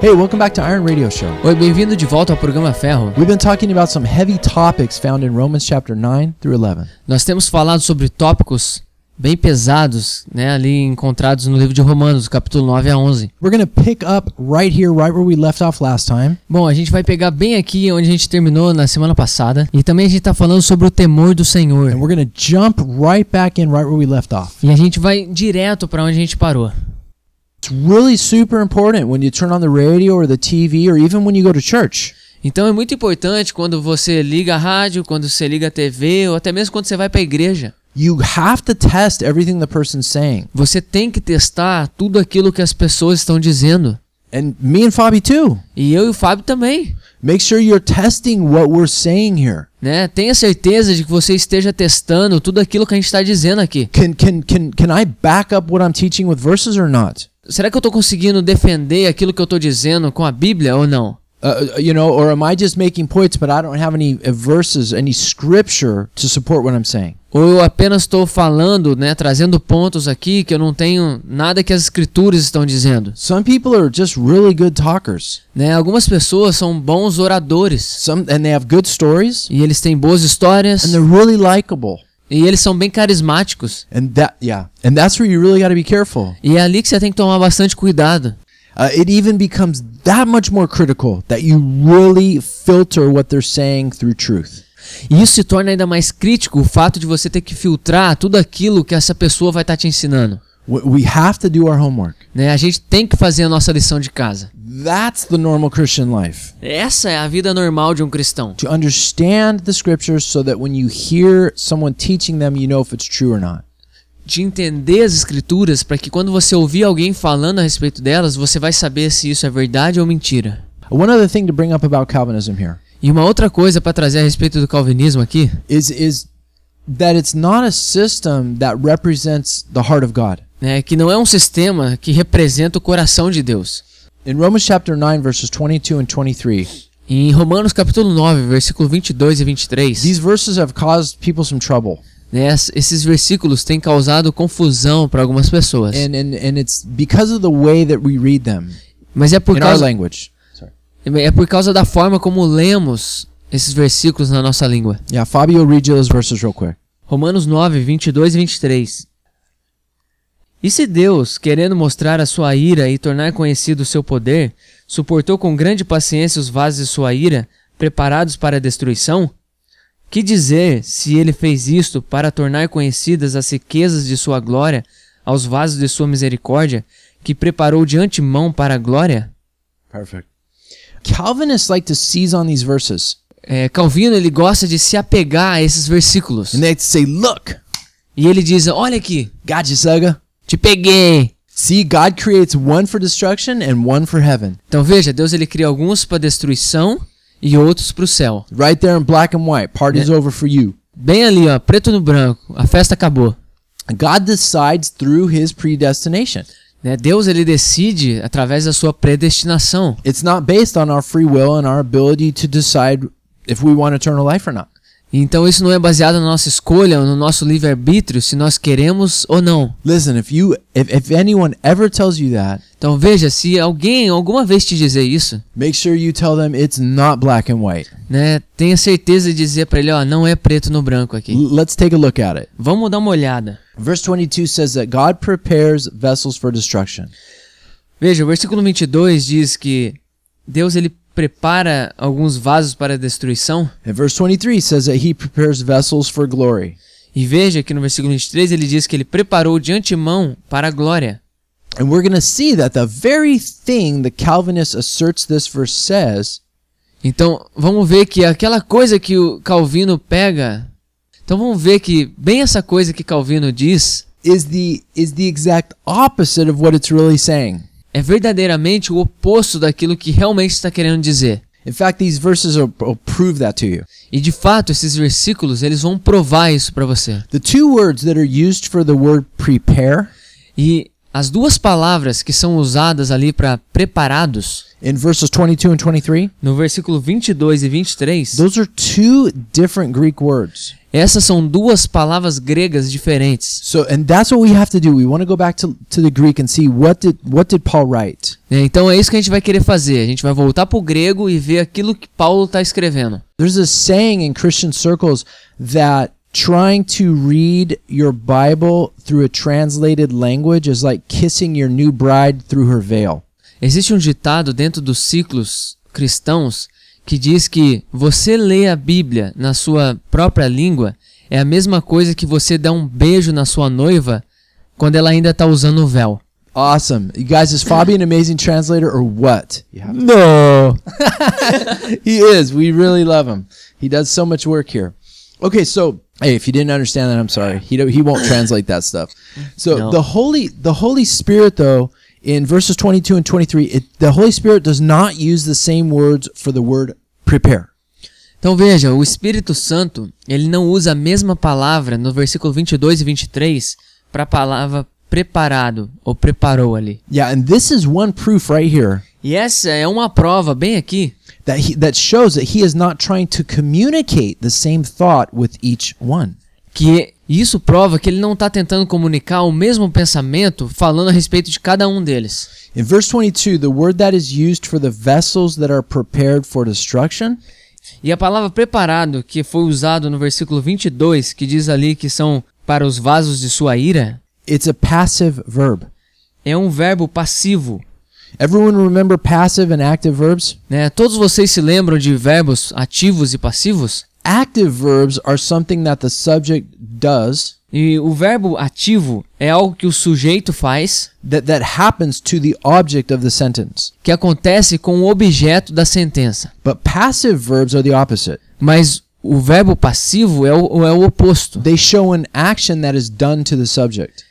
Hey, welcome back to Iron Radio Show. Oi, bem-vindo de volta ao programa Ferro. We've been talking about some heavy topics found in Romans chapter 9 through 11. Nós temos falado sobre tópicos bem pesados, né, ali encontrados no livro de Romanos, capítulo 9 a 11. We're going to pick up right here, right where we left off last time. Bom, a gente vai pegar bem aqui onde a gente terminou na semana passada e também a gente tá falando sobre o temor do And Senhor. we're going to jump right back in right where we left off. E a gente vai direto para onde a gente parou. It's really super important when you turn on the radio or the TV or even when you go to church. Então é muito importante quando você liga a rádio, quando você liga a TV ou até mesmo quando você vai para a igreja. You have to test everything the person's saying. Você tem que testar tudo aquilo que as pessoas estão dizendo. And me and Fabi too. E eu e o Fábio também. Make sure you're testing what we're saying here. né? Tenha certeza de que você esteja testando tudo aquilo que a gente está dizendo aqui. Can can can can I back up what I'm teaching with verses or not? Será que eu estou conseguindo defender aquilo que eu estou dizendo com a Bíblia ou não? uh, you know, or am I just making points, but I don't have any uh, verses, any scripture to support what I'm saying? Ou eu apenas estou falando, né, trazendo pontos aqui que eu não tenho nada que as escrituras estão dizendo, Some people are just really good talkers. né? Algumas pessoas são bons oradores Some and they have good stories, e eles têm boas histórias and they're really likable. e eles são bem carismáticos. And that, yeah, and that's where you really got to be careful. E é ali que você tem que tomar bastante cuidado. Uh, it even becomes that much more critical that you really filter what they're saying through truth. E isso se torna ainda mais crítico o fato de você ter que filtrar tudo aquilo que essa pessoa vai estar te ensinando. W- We have to do our homework. né? A gente tem que fazer a nossa lição de casa. That's the normal Christian life. Essa é a vida normal de um cristão. To understand the scriptures so that when you hear someone teaching them, you know if it's true or not. De entender as escrituras para que quando você ouvir alguém falando a respeito delas, você vai saber se isso é verdade ou mentira. One other thing to bring up about Calvinism here E uma outra coisa para trazer a respeito do calvinismo aqui is is that it's not a system that represents the heart of God. né, é que não é um sistema que representa o coração de Deus. In Romans chapter 9 verses 22 and 23, Em Romanos capítulo 9, versículo 22 e 23, these verses have caused people some trouble. né, es- esses versículos têm causado confusão para algumas pessoas. And and and it's because of the way that we read them Mas é por, in our causa, language. Sorry. é por causa da forma como lemos esses versículos na nossa língua. Yeah, Fabio will read you those verses real quick. Romanos 9, 22 e 23. E se Deus, querendo mostrar a sua ira e tornar conhecido o seu poder, suportou com grande paciência os vasos de sua ira, preparados para a destruição? Que dizer se ele fez isto para tornar conhecidas as riquezas de sua glória aos vasos de sua misericórdia, que preparou de antemão para a glória? Perfect. Calvinists like to seize on these verses É, Calvino ele gosta de se apegar a esses versículos. and they say, "Look, E ele diz: Olha aqui, gotcha, sucker. te peguei. See, God creates one for destruction and one for heaven, Então veja, Deus ele cria alguns para destruição e outros para o céu. right there in black and white. Party's over for you." Bem ali, ó, preto no branco, a festa acabou. God decides through his predestination. Né? Deus ele decide através da sua predestinação. It's not based on our free will and our ability to decide if we want eternal life or not. Então isso não é baseado na nossa escolha ou no nosso livre arbítrio se nós queremos ou não. Listen, if you if, if anyone ever tells you that, Então veja, se alguém alguma vez te dizer isso, make sure you tell them it's not black and white. né, tenha certeza de dizer para ele, ó, não é preto no branco L- aqui. let's take a look at it. Vamos dar uma olhada. Verse 22 says that God prepares vessels for destruction. Veja, o versículo 22 diz que Deus ele prepara alguns vasos para destruição And verse 23 says that he prepares vessels for glory. E veja que no versículo 23 ele diz que ele preparou de antemão para a glória. And we're going to see that the very thing the Calvinist asserts this verse says Então, vamos ver que aquela coisa que o Calvino pega. Então, vamos ver que bem essa coisa que Calvino diz is the is the exact opposite of what it's really saying. é verdadeiramente o oposto daquilo que realmente está querendo dizer. In fact, these verses will, will prove that to you. E de fato, esses versículos eles vão provar isso para você. The two words that are used for the word prepare E as duas palavras que são usadas ali para preparados, in verses 22 and 23, no versículo 22 e 23, those are two different Greek words. Essas são duas palavras gregas diferentes. So, and that's what we have to do. We want to go back to, to the Greek and see what did what did Paul write. né? Então é isso que a gente vai querer fazer. A gente vai voltar pro grego e ver aquilo que Paulo está escrevendo. There's a saying in Christian circles that trying to read your Bible through a translated language is like kissing your new bride through her veil. Existe um ditado dentro dos ciclos cristãos que diz que você ler a Bíblia na sua própria língua é a mesma coisa que você dar um beijo na sua noiva quando ela ainda está usando o véu. Awesome. You guys, is Fabi an amazing translator or what? Não! he is. We really love him. He does so much work here. Okay, so hey, if you didn't understand that, I'm sorry. He don't, he won't translate that stuff. So No. the holy the Holy Spirit though in verses 22 and 23, it, the Holy Spirit does not use the same words for the word prepare. Então veja, o Espírito Santo, ele não usa a mesma palavra no versículo 22 e 23 para a palavra preparado ou preparou ali. Yeah, and this is one proof right here E essa é uma prova bem aqui that he, that shows that he is not trying to communicate the same thought with each one. que isso prova que ele não está tentando comunicar o mesmo pensamento falando a respeito de cada um deles. In verse 22, the word that is used for the vessels that are prepared for destruction E a palavra preparado, que foi usado no versículo 22, que diz ali que são para os vasos de sua ira, It's a passive verb. é um verbo passivo. Everyone remember passive and active verbs? Né? Todos vocês se lembram de verbos ativos e passivos? Active verbs are something that the subject does E o verbo ativo é algo que o sujeito faz, that, that happens to the object of the sentence. que acontece com o objeto da sentença. But passive verbs are the opposite. Mas o verbo passivo é o, é o oposto. They show an action that is done to the subject.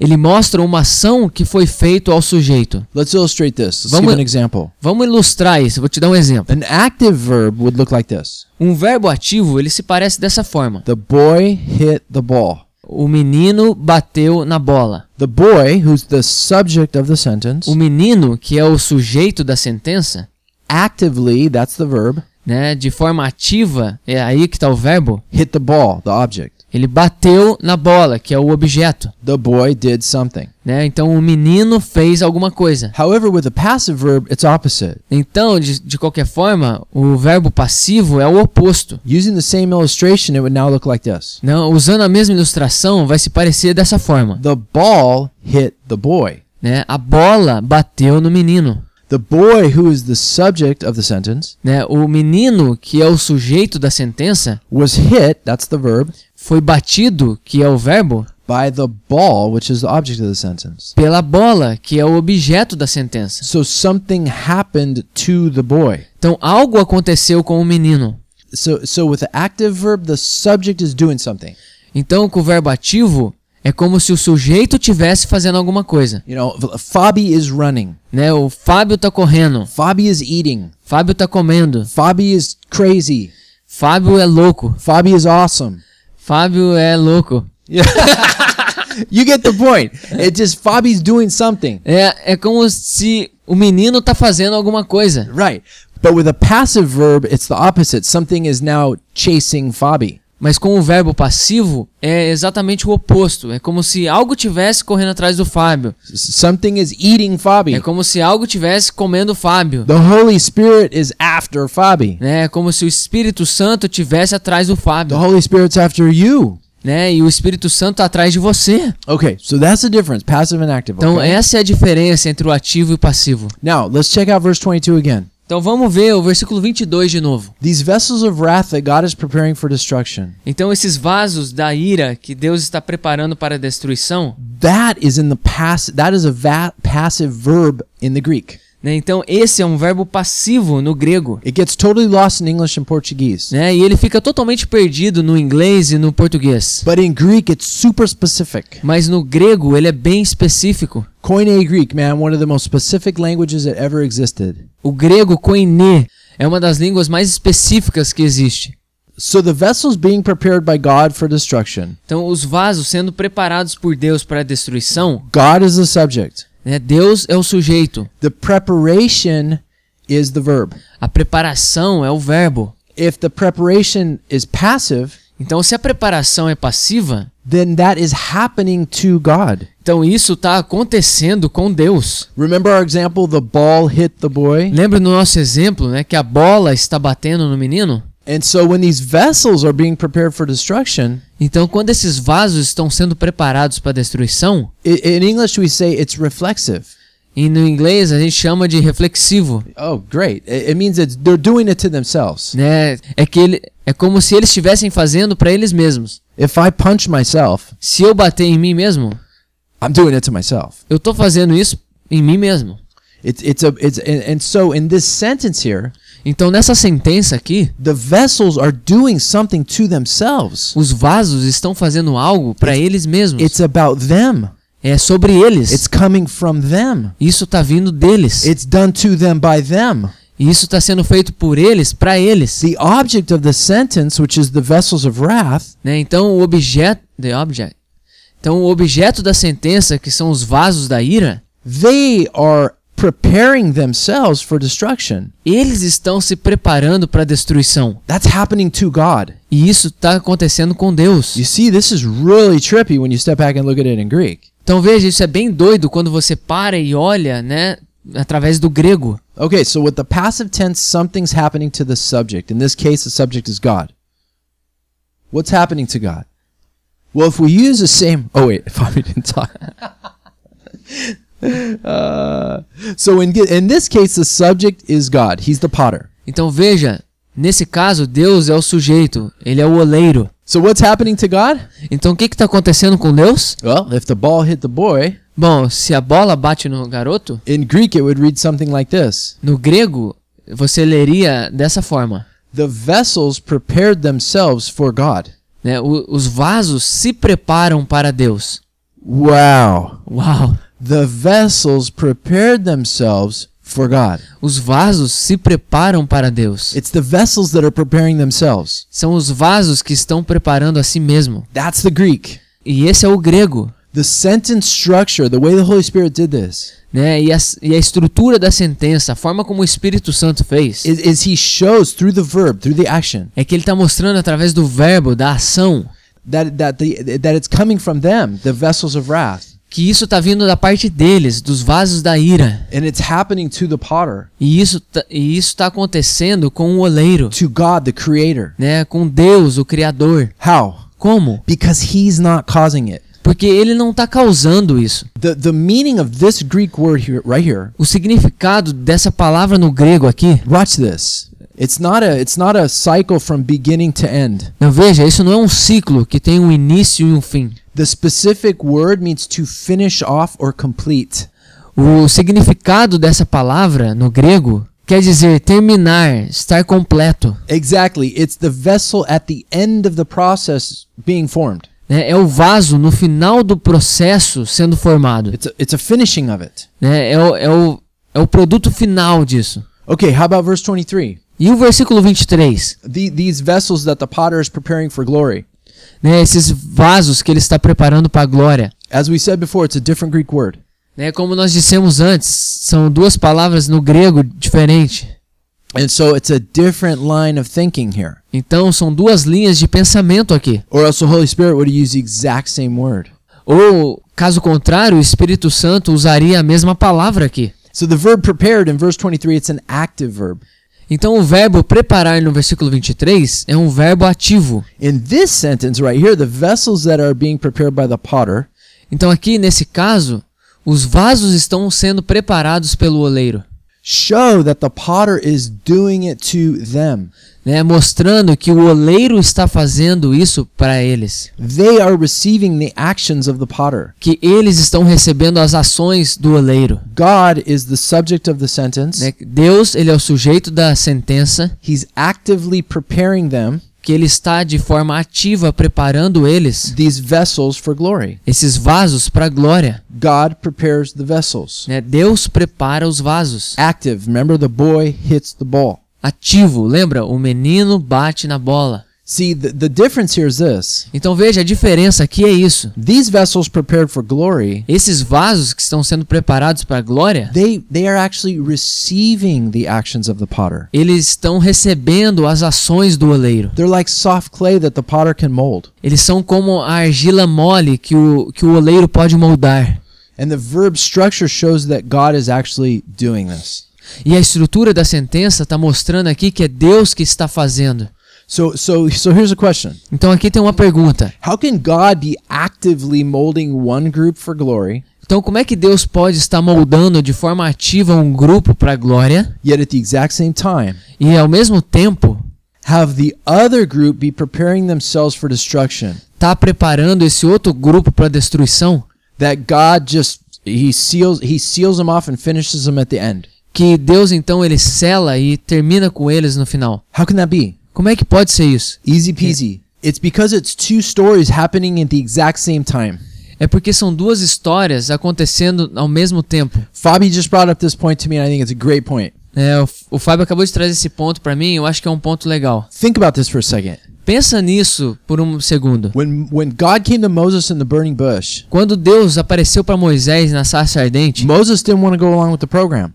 Ele mostra uma ação que foi feita ao sujeito. Let's illustrate this. Let's Vamos- give an example. Vamos ilustrar isso, vou te dar um exemplo. An active verb would look like this. Um verbo ativo, ele se parece dessa forma. The boy hit the ball. O menino bateu na bola. The boy, who's the subject of the sentence, O menino, que é o sujeito da sentença, actively, that's the verb, né, de forma ativa, é aí que está o verbo, hit the ball, the object. ele bateu na bola, que é o objeto. The boy did something. né? Então o menino fez alguma coisa. However, with a passive verb, it's opposite. Então, de, de qualquer forma, o verbo passivo é o oposto. Using the same illustration, it would now look like this Não, usando a mesma ilustração, vai se parecer dessa forma. The ball hit the boy. Né? A bola bateu no menino. The boy, who is the subject of the sentence, Né? O menino, que é o sujeito da sentença, was hit, that's the verb, foi batido, que é o verbo, by the ball, which is the object of the sentence. pela bola, que é o objeto da sentença. So something happened to the boy. Então, algo aconteceu com o menino. So, so with the active verb, the subject is doing something. Então, com o verbo ativo, é como se o sujeito tivesse fazendo alguma coisa. You know, Fabi is running. Né? O Fábio tá correndo. Fabi is eating. Fábio tá comendo. Fabi is crazy. Fábio é louco. Fabi is awesome. Fábio é louco. You get the point. It just Fabi's doing something. É, é como se o menino tá fazendo alguma coisa. Right. But with a passive verb, it's the opposite. Something is now chasing Fabi. Mas com o verbo passivo, é exatamente o oposto. É como se algo tivesse correndo atrás do Fábio. S- Something is eating É Fabi. como se algo tivesse comendo o Fábio. The Holy Spirit is after Fabi. Né? É como se o Espírito Santo tivesse atrás do The Fábio. Holy Spirit's after you. Né? E o Espírito Santo tá atrás de você. Okay, so that's the difference, passive and active. Então okay? essa é a diferença entre o ativo e o passivo. Now, let's check out verse 22 again. Então vamos ver o versículo 22 de novo. These vessels of wrath that God is preparing for destruction. Então esses vasos da ira que Deus está preparando para a destruição, That is in the past that is a va- passive verb in the Greek. né? Então esse é um verbo passivo no grego, It gets totally lost in English and Portuguese. né? E ele fica totalmente perdido no inglês e no português. But in Greek, it's super specific. Mas no grego ele é bem específico. Koine Greek, man, one of the most specific languages that ever existed. O grego koiné é uma das línguas mais específicas que existe. So the vessels being prepared by God for destruction. Então os vasos sendo preparados por Deus para a destruição, God is the subject. né? Deus é o sujeito. The preparation is the verb. A preparação é o verbo. If the preparation is passive, Então, se a preparação é passiva, then that is happening to God. então isso está acontecendo com Deus. Remember our example the ball hit the boy? Lembra no nosso exemplo, né, que a bola está batendo no menino? And so when these vessels are being prepared for destruction, Então, quando esses vasos estão sendo preparados para destruição, i in English we say it's reflexive. e no inglês a gente chama de reflexivo, Oh, great. It, it means that they're doing it to themselves. né? É que ele é como se eles estivessem fazendo para eles mesmos. If I punch myself, Se eu bater em mim mesmo, I'm doing it to myself. eu tô fazendo isso em mim mesmo. It's it's a it's and, and so in this sentence here, Então, nessa sentença aqui, the vessels are doing something to themselves. os vasos estão fazendo algo para eles mesmos. It's about them. é sobre eles. It's coming from them. isso tá vindo deles. It's done to them by them. e isso tá sendo feito por eles, para eles. The object of the sentence, which is the vessels of wrath, Né? Então, o objeto, the object. Então, o objeto da sentença, que são os vasos da ira, they are preparing themselves for destruction. eles estão se preparando para a destruição. That's happening to God. E isso está acontecendo com Deus. You see, this is really trippy when you step back and look at it in Greek. Então veja, isso é bem doido quando você para e olha, né, através do grego. Okay, so with the passive tense, something's happening to the subject. In this case, the subject is God. What's happening to God? Well, if we use the same. Oh, wait, if I didn't talk. Uh, so in, ge- in this case, the subject is God. He's the potter. Então veja, nesse caso Deus é o sujeito, ele é o oleiro. So what's happening to God? Então o que está acontecendo com Deus? Well, if the ball hit the boy, Bom, se a bola bate no garoto, in Greek it would read something like this no grego você leria dessa forma, The vessels prepared themselves for God. né? O- os vasos se preparam para Deus. Wow. Uau! The vessels prepared themselves for God. Os vasos se preparam para Deus. It's the vessels that are preparing themselves. São os vasos que estão preparando a si mesmo. That's the Greek. E esse é o grego, The sentence structure, the way the Holy Spirit did this, né? E a, e a estrutura da sentença, a forma como o Espírito Santo fez, is, is He shows through the verb, through the action, é que ele está mostrando através do verbo, da ação, that, that, the, that it's coming from them, the vessels of wrath, que isso está vindo da parte deles, dos vasos da ira. and it's happening to the potter, E isso tá, e isso tá acontecendo com o oleiro, to God, the Creator. né? Com Deus, o Criador. How? Como? Because He's not causing it. Porque ele não está causando isso. The, the meaning of this Greek word here, right here, O significado dessa palavra no grego aqui, watch this. It's not a it's not a cycle from beginning to end. não, veja, isso não é um ciclo que tem um início e um fim. The specific word means to finish off or complete. O significado dessa palavra no grego quer dizer terminar, estar completo. Exactly. It's the vessel at the end of the process being formed. né? É o vaso no final do processo sendo formado. It's a, it's a finishing of it. né? É, o, é, o, é o produto final disso. Okay, how about verse 23? E o versículo 23, The, these vessels that the potter is preparing for glory. né? esses vasos que ele está preparando para a glória. As we said before, it's a different Greek word. Né? Como nós dissemos antes, são duas palavras no grego diferentes. And so it's a different line of thinking here. Então são duas linhas de pensamento aqui. Or else the Holy Spirit would use the exact same word. Ou, caso contrário, o Espírito Santo usaria a mesma palavra aqui. So the verb prepared in verse 23, it's an active verb. Então o verbo preparar no versículo 23 é um verbo ativo. In this sentence right here, the vessels that are being prepared by the potter, Então aqui nesse caso, os vasos estão sendo preparados pelo oleiro, show that the potter is doing it to them. né? mostrando que o oleiro está fazendo isso para eles, They are receiving the actions of the potter. que eles estão recebendo as ações do oleiro. God is the subject of the sentence. né? Deus, ele é o sujeito da sentença, He's actively preparing them, que ele está de forma ativa preparando eles, these vessels, for glory. esses vasos para a glória, God prepares the vessels. né? Deus prepara os vasos. Active. Remember, the boy hits the ball. Ativo, lembra? O menino bate na bola. See, the, the difference here is this Então veja, a diferença aqui é isso. these vessels prepared for glory, Esses vasos que estão sendo preparados para a glória, they, they are actually receiving the actions of the potter. eles estão recebendo as ações do oleiro. They're like soft clay that the potter can mold. Eles são como a argila mole que o, que o oleiro pode moldar. And the verb structure shows that God is actually doing this. E a estrutura da sentença está mostrando aqui que é Deus que está fazendo. So, so, so here's a question Então aqui tem uma pergunta. How can God be actively molding one group for glory, Então como é que Deus pode estar moldando de forma ativa um grupo para a glória yet at the exact same time e ao mesmo tempo have the other group be preparing themselves for destruction? tá preparando esse outro grupo para destruição? That God just he seals he seals them off and finishes them at the end. Que Deus então ele sela e termina com eles no final. How can that be? Como é que pode ser isso? Easy peasy. It's because it's two stories happening at the exact same time. É porque são duas histórias acontecendo ao mesmo tempo. Fabi just brought up this point to me, and I think it's a great point. É, o, o Fábio acabou de trazer esse ponto para mim, eu acho que é um ponto legal. Think about this for a second. Pensa nisso por um segundo. When when God came to Moses in the burning bush, Quando Deus apareceu para Moisés na sarça ardente, Moses didn't want to go along with the program,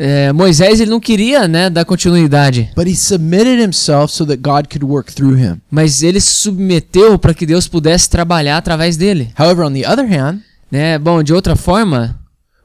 é, Moisés ele não queria, né, dar continuidade, but he submitted himself so that God could work through him. mas ele se submeteu para que Deus pudesse trabalhar através dele, However, on the other hand, né? Bom, de outra forma,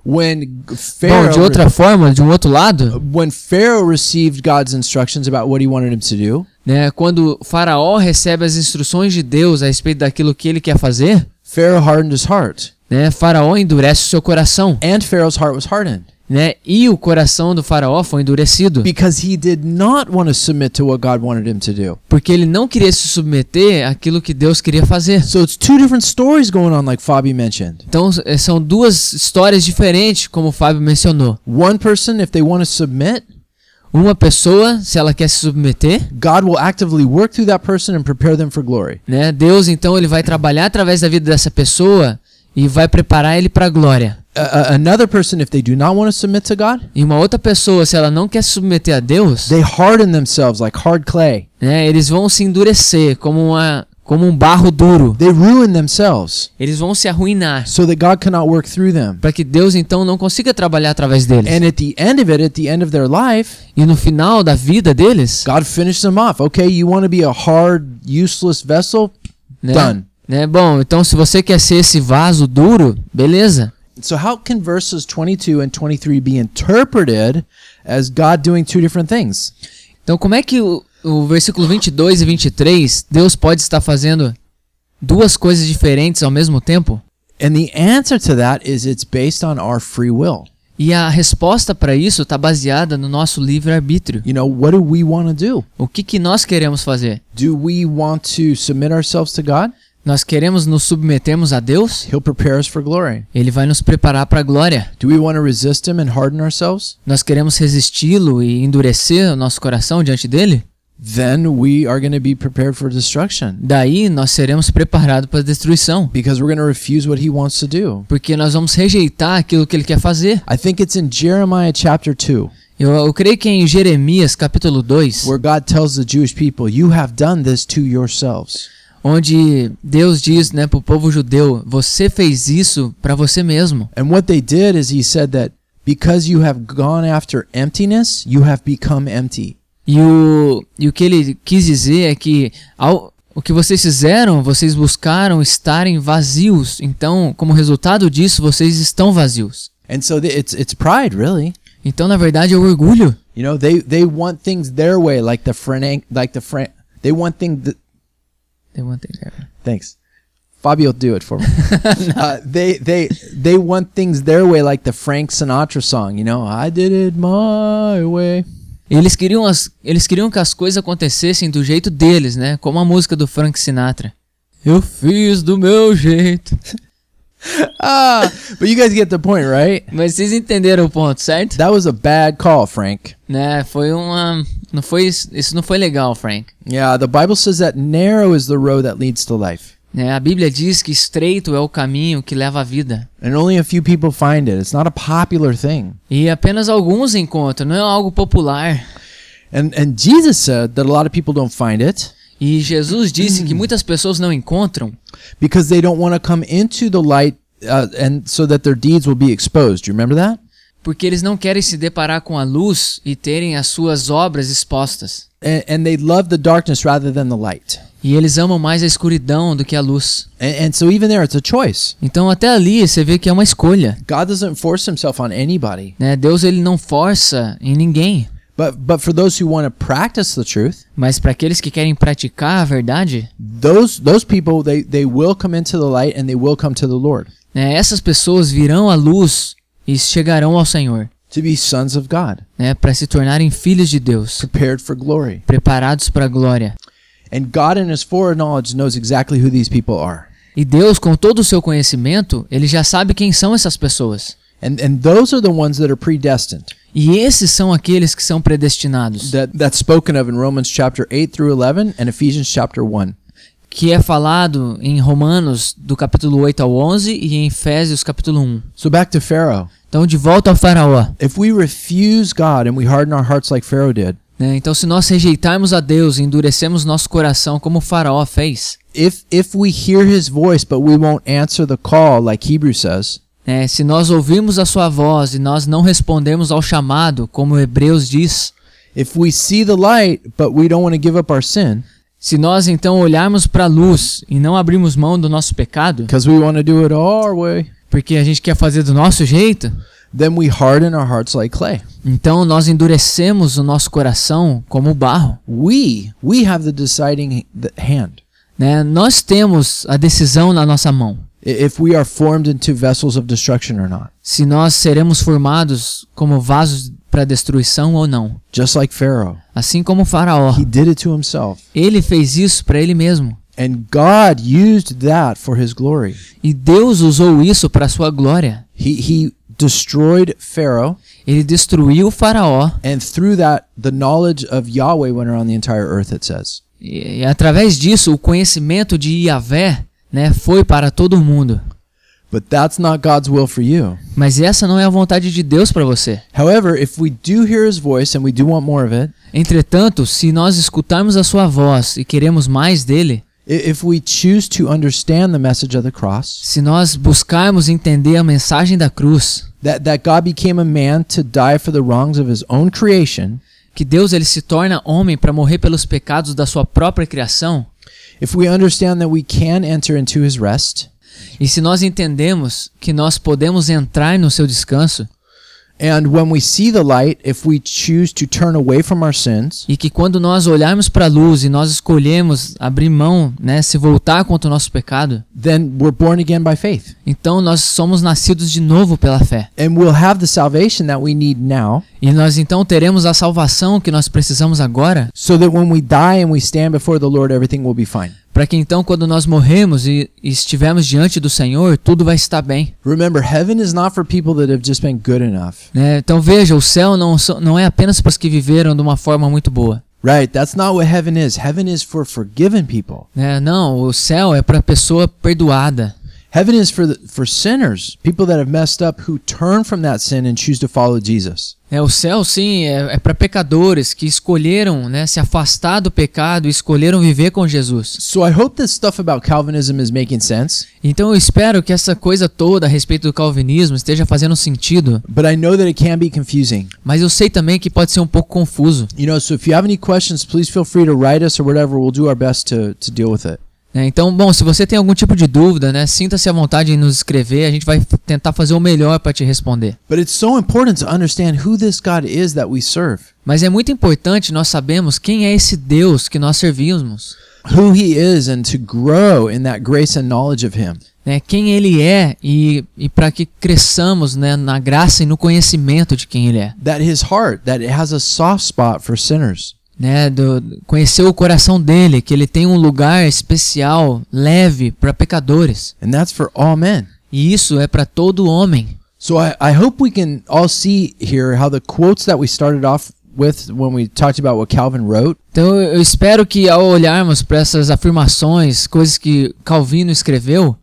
when bom, de Pharaoh outra forma, de um outro lado, when Pharaoh received God's instructions about what he wanted him to do, né, quando Faraó recebe as instruções de Deus a respeito daquilo que ele quer fazer, Pharaoh hardened his heart, né, Faraó endurece o seu coração, and Pharaoh's heart was hardened né? E o coração do Faraó foi endurecido. because he did not want to submit to what God wanted him to do. Porque ele não queria se submeter àquilo que Deus queria fazer. So it's two different stories going on, like Fabi mentioned. Então eh, são duas histórias diferentes, como o Fábio mencionou. One person, if they want to submit, Uma pessoa, se ela quer se submeter, God will actively work through that person and prepare them for glory. né? Deus então ele vai trabalhar através da vida dessa pessoa e vai preparar ele para a glória. A- a- another person, if they do not want to submit to God, E uma outra pessoa, se ela não quer se submeter a Deus, they harden themselves like hard clay. né? Eles vão se endurecer como uma como um barro duro. They ruin themselves Eles vão se arruinar so that God cannot work through them. para que Deus então não consiga trabalhar através deles. And at the end of it, at the end of their life, E no final da vida deles, God finishes them off. Okay, you want to be a hard, useless vessel? né? Done. né? Bom, então se você quer ser esse vaso duro, beleza. So, how can verses 22 and 23 be interpreted as God doing two different things? Então como é que o, o versículo 22 e 23, Deus pode estar fazendo duas coisas diferentes ao mesmo tempo? And the answer to that is it's based on our free will. E a resposta para isso está baseada no nosso livre-arbítrio. You know, what do we want to do? O que, que nós queremos fazer? Do we want to submit ourselves to God? Nós queremos nos submetermos a Deus? He'll prepare us for glory. Ele vai nos preparar para a glória. Do we want to resist Him and harden ourselves? Nós queremos resisti-lo e endurecer o nosso coração diante dele? Then we are going to be prepared for destruction Daí nós seremos preparados para a destruição. because we're going to refuse what He wants to do. porque nós vamos rejeitar aquilo que ele quer fazer. I think it's in Jeremiah chapter 2 Eu, eu creio que é em Jeremias capítulo 2, where God tells the Jewish people, You have done this to yourselves. onde Deus diz, né, pro povo judeu, você fez isso para você mesmo. And what they did is He said that because you have gone after emptiness, you have become empty. E o e o que ele quis dizer é que ao o que vocês fizeram, vocês buscaram estarem vazios. Então, como resultado disso, vocês estão vazios. And so th- it's, it's pride, really. Então, na verdade, é o orgulho. You know, they they want things their way, like the Frank, like the Frank. They want things. Th- thanks, Fabio, do it for me. uh, they they they want things their way, like the Frank Sinatra song. You know, I did it my way. Eles queriam as eles queriam que as coisas acontecessem do jeito deles, né? Como a música do Frank Sinatra. Eu fiz do meu jeito. Ah, but you guys get the point, right? Mas vocês entenderam o ponto, certo? That was a bad call, Frank. Né, foi uma não foi isso isso não foi legal, Frank. Yeah, the Bible says that narrow is the road that leads to life, Né, a Bíblia diz que estreito é o caminho que leva à vida. and only a few people find it. It's not a popular thing. E apenas alguns encontram, não é algo popular. And and Jesus said that a lot of people don't find it. E Jesus disse que muitas pessoas não encontram because they don't want to come into the light uh, and so that their deeds will be exposed. Do you remember that? porque eles não querem se deparar com a luz e terem as suas obras expostas. And, and they love the darkness rather than the light. E eles amam mais a escuridão do que a luz. And, and so even there, it's a choice. Então até ali você vê que é uma escolha. God doesn't force himself on anybody. né? Deus ele não força em ninguém. But, but for those who want to practice the truth, Mas para aqueles que querem praticar a verdade, those, those people, they, they will come into the light and they will come to the Lord né, essas pessoas virão à luz e chegarão ao Senhor, to be sons of God, né, para se tornarem filhos de Deus, prepared for glory. preparados para a glória. And God, in his foreknowledge, knows exactly who these people are. E Deus, com todo o seu conhecimento, ele já sabe quem são essas pessoas. And, and those are the ones that are predestined, E esses são aqueles que são predestinados, that, that's spoken of in Romans chapter 8 through 11 and Ephesians chapter 1. que é falado em Romanos do capítulo 8 ao 11 e em Efésios capítulo 1. So back to Pharaoh. Então, de volta ao faraó. If we refuse God and we harden our hearts like Pharaoh did, né? Então, se nós rejeitarmos a Deus e endurecemos nosso coração como o faraó fez, if if we hear his voice but we won't answer the call like Hebrew says, né, se nós ouvirmos a sua voz e nós não respondemos ao chamado, como Hebreus diz, if we see the light but we don't want to give up our sin se nós então olharmos para a luz e não abrirmos mão do nosso pecado, because we want to do it our way, porque a gente quer fazer do nosso jeito, then we harden our hearts like clay. então nós endurecemos o nosso coração como o barro. We we have the deciding h- the hand. né? Nós temos a decisão na nossa mão, I- If we are formed into vessels of destruction or not, se nós seremos formados como vasos para destruição ou não, just like Pharaoh, assim como o faraó. he did it to himself, Ele fez isso para ele mesmo. and God used that for his glory. E Deus usou isso para sua glória. He he destroyed Pharaoh, Ele destruiu o faraó and through that, the knowledge of Yahweh went around the entire earth. It says. e, e através disso o conhecimento de Yahvé, né, foi para todo mundo. But that's not God's will for you. Mas essa não é a vontade de Deus para você. However, if we do hear his voice and we do want more of it, Entretanto, se nós escutarmos a sua voz e queremos mais dele, i- if we choose to understand the message of the cross, se nós buscarmos entender a mensagem da cruz, that, that God became a man to die for the wrongs of his own creation, que Deus ele se torna homem para morrer pelos pecados da sua própria criação, if we understand that we can enter into his rest, e se nós entendemos que nós podemos entrar no seu descanso, and when we see the light, if we choose to turn away from our sins, E que quando nós olharmos para a luz e nós escolhemos abrir mão, né, se voltar contra o nosso pecado, then we're born again by faith. então nós somos nascidos de novo pela fé. And we'll have the salvation that we need now, E nós então teremos a salvação que nós precisamos agora, so that when we die and we stand before the Lord, everything will be fine. para que então quando nós morremos e e estivermos diante do Senhor, tudo vai estar bem. Remember, heaven is not for people that have just been good enough. né? Então veja, o céu não, so- não é apenas para os que viveram de uma forma muito boa. Right, that's not what heaven is. Heaven is for forgiven people. né? Não, o céu é para a pessoa perdoada. Heaven is for the, for sinners, people that have messed up who turn from that sin and choose to follow Jesus. É, o céu, sim, é, é para pecadores que escolheram né, se afastar do pecado e escolheram viver com Jesus. So I hope this stuff about Calvinism is making sense, Então eu espero que essa coisa toda a respeito do calvinismo esteja fazendo sentido, but I know that it can be confusing. mas eu sei também que pode ser um pouco confuso. You know, so if you have any questions, please feel free to write us or whatever. We'll do our best to to deal with it. né? Então, bom, se você tem algum tipo de dúvida, né, sinta-se à vontade em nos escrever, a gente vai f- tentar fazer o melhor para te responder. But it's so important to understand who this God is that we serve, Mas é muito importante nós sabermos quem é esse Deus que nós servimos, who he is and to grow in that grace and knowledge of him. né, quem ele é e, e para que cresçamos né, na graça e no conhecimento de quem ele é. That his heart, that it has a soft spot for sinners. né, do, conhecer o coração dele, que ele tem um lugar especial, leve para pecadores. And that's for all men. E isso é para todo homem. So I, I hope we can all see here how the quotes that we started off with when we talked about what Calvin wrote, Então eu espero que ao olharmos para essas afirmações, coisas que Calvino escreveu,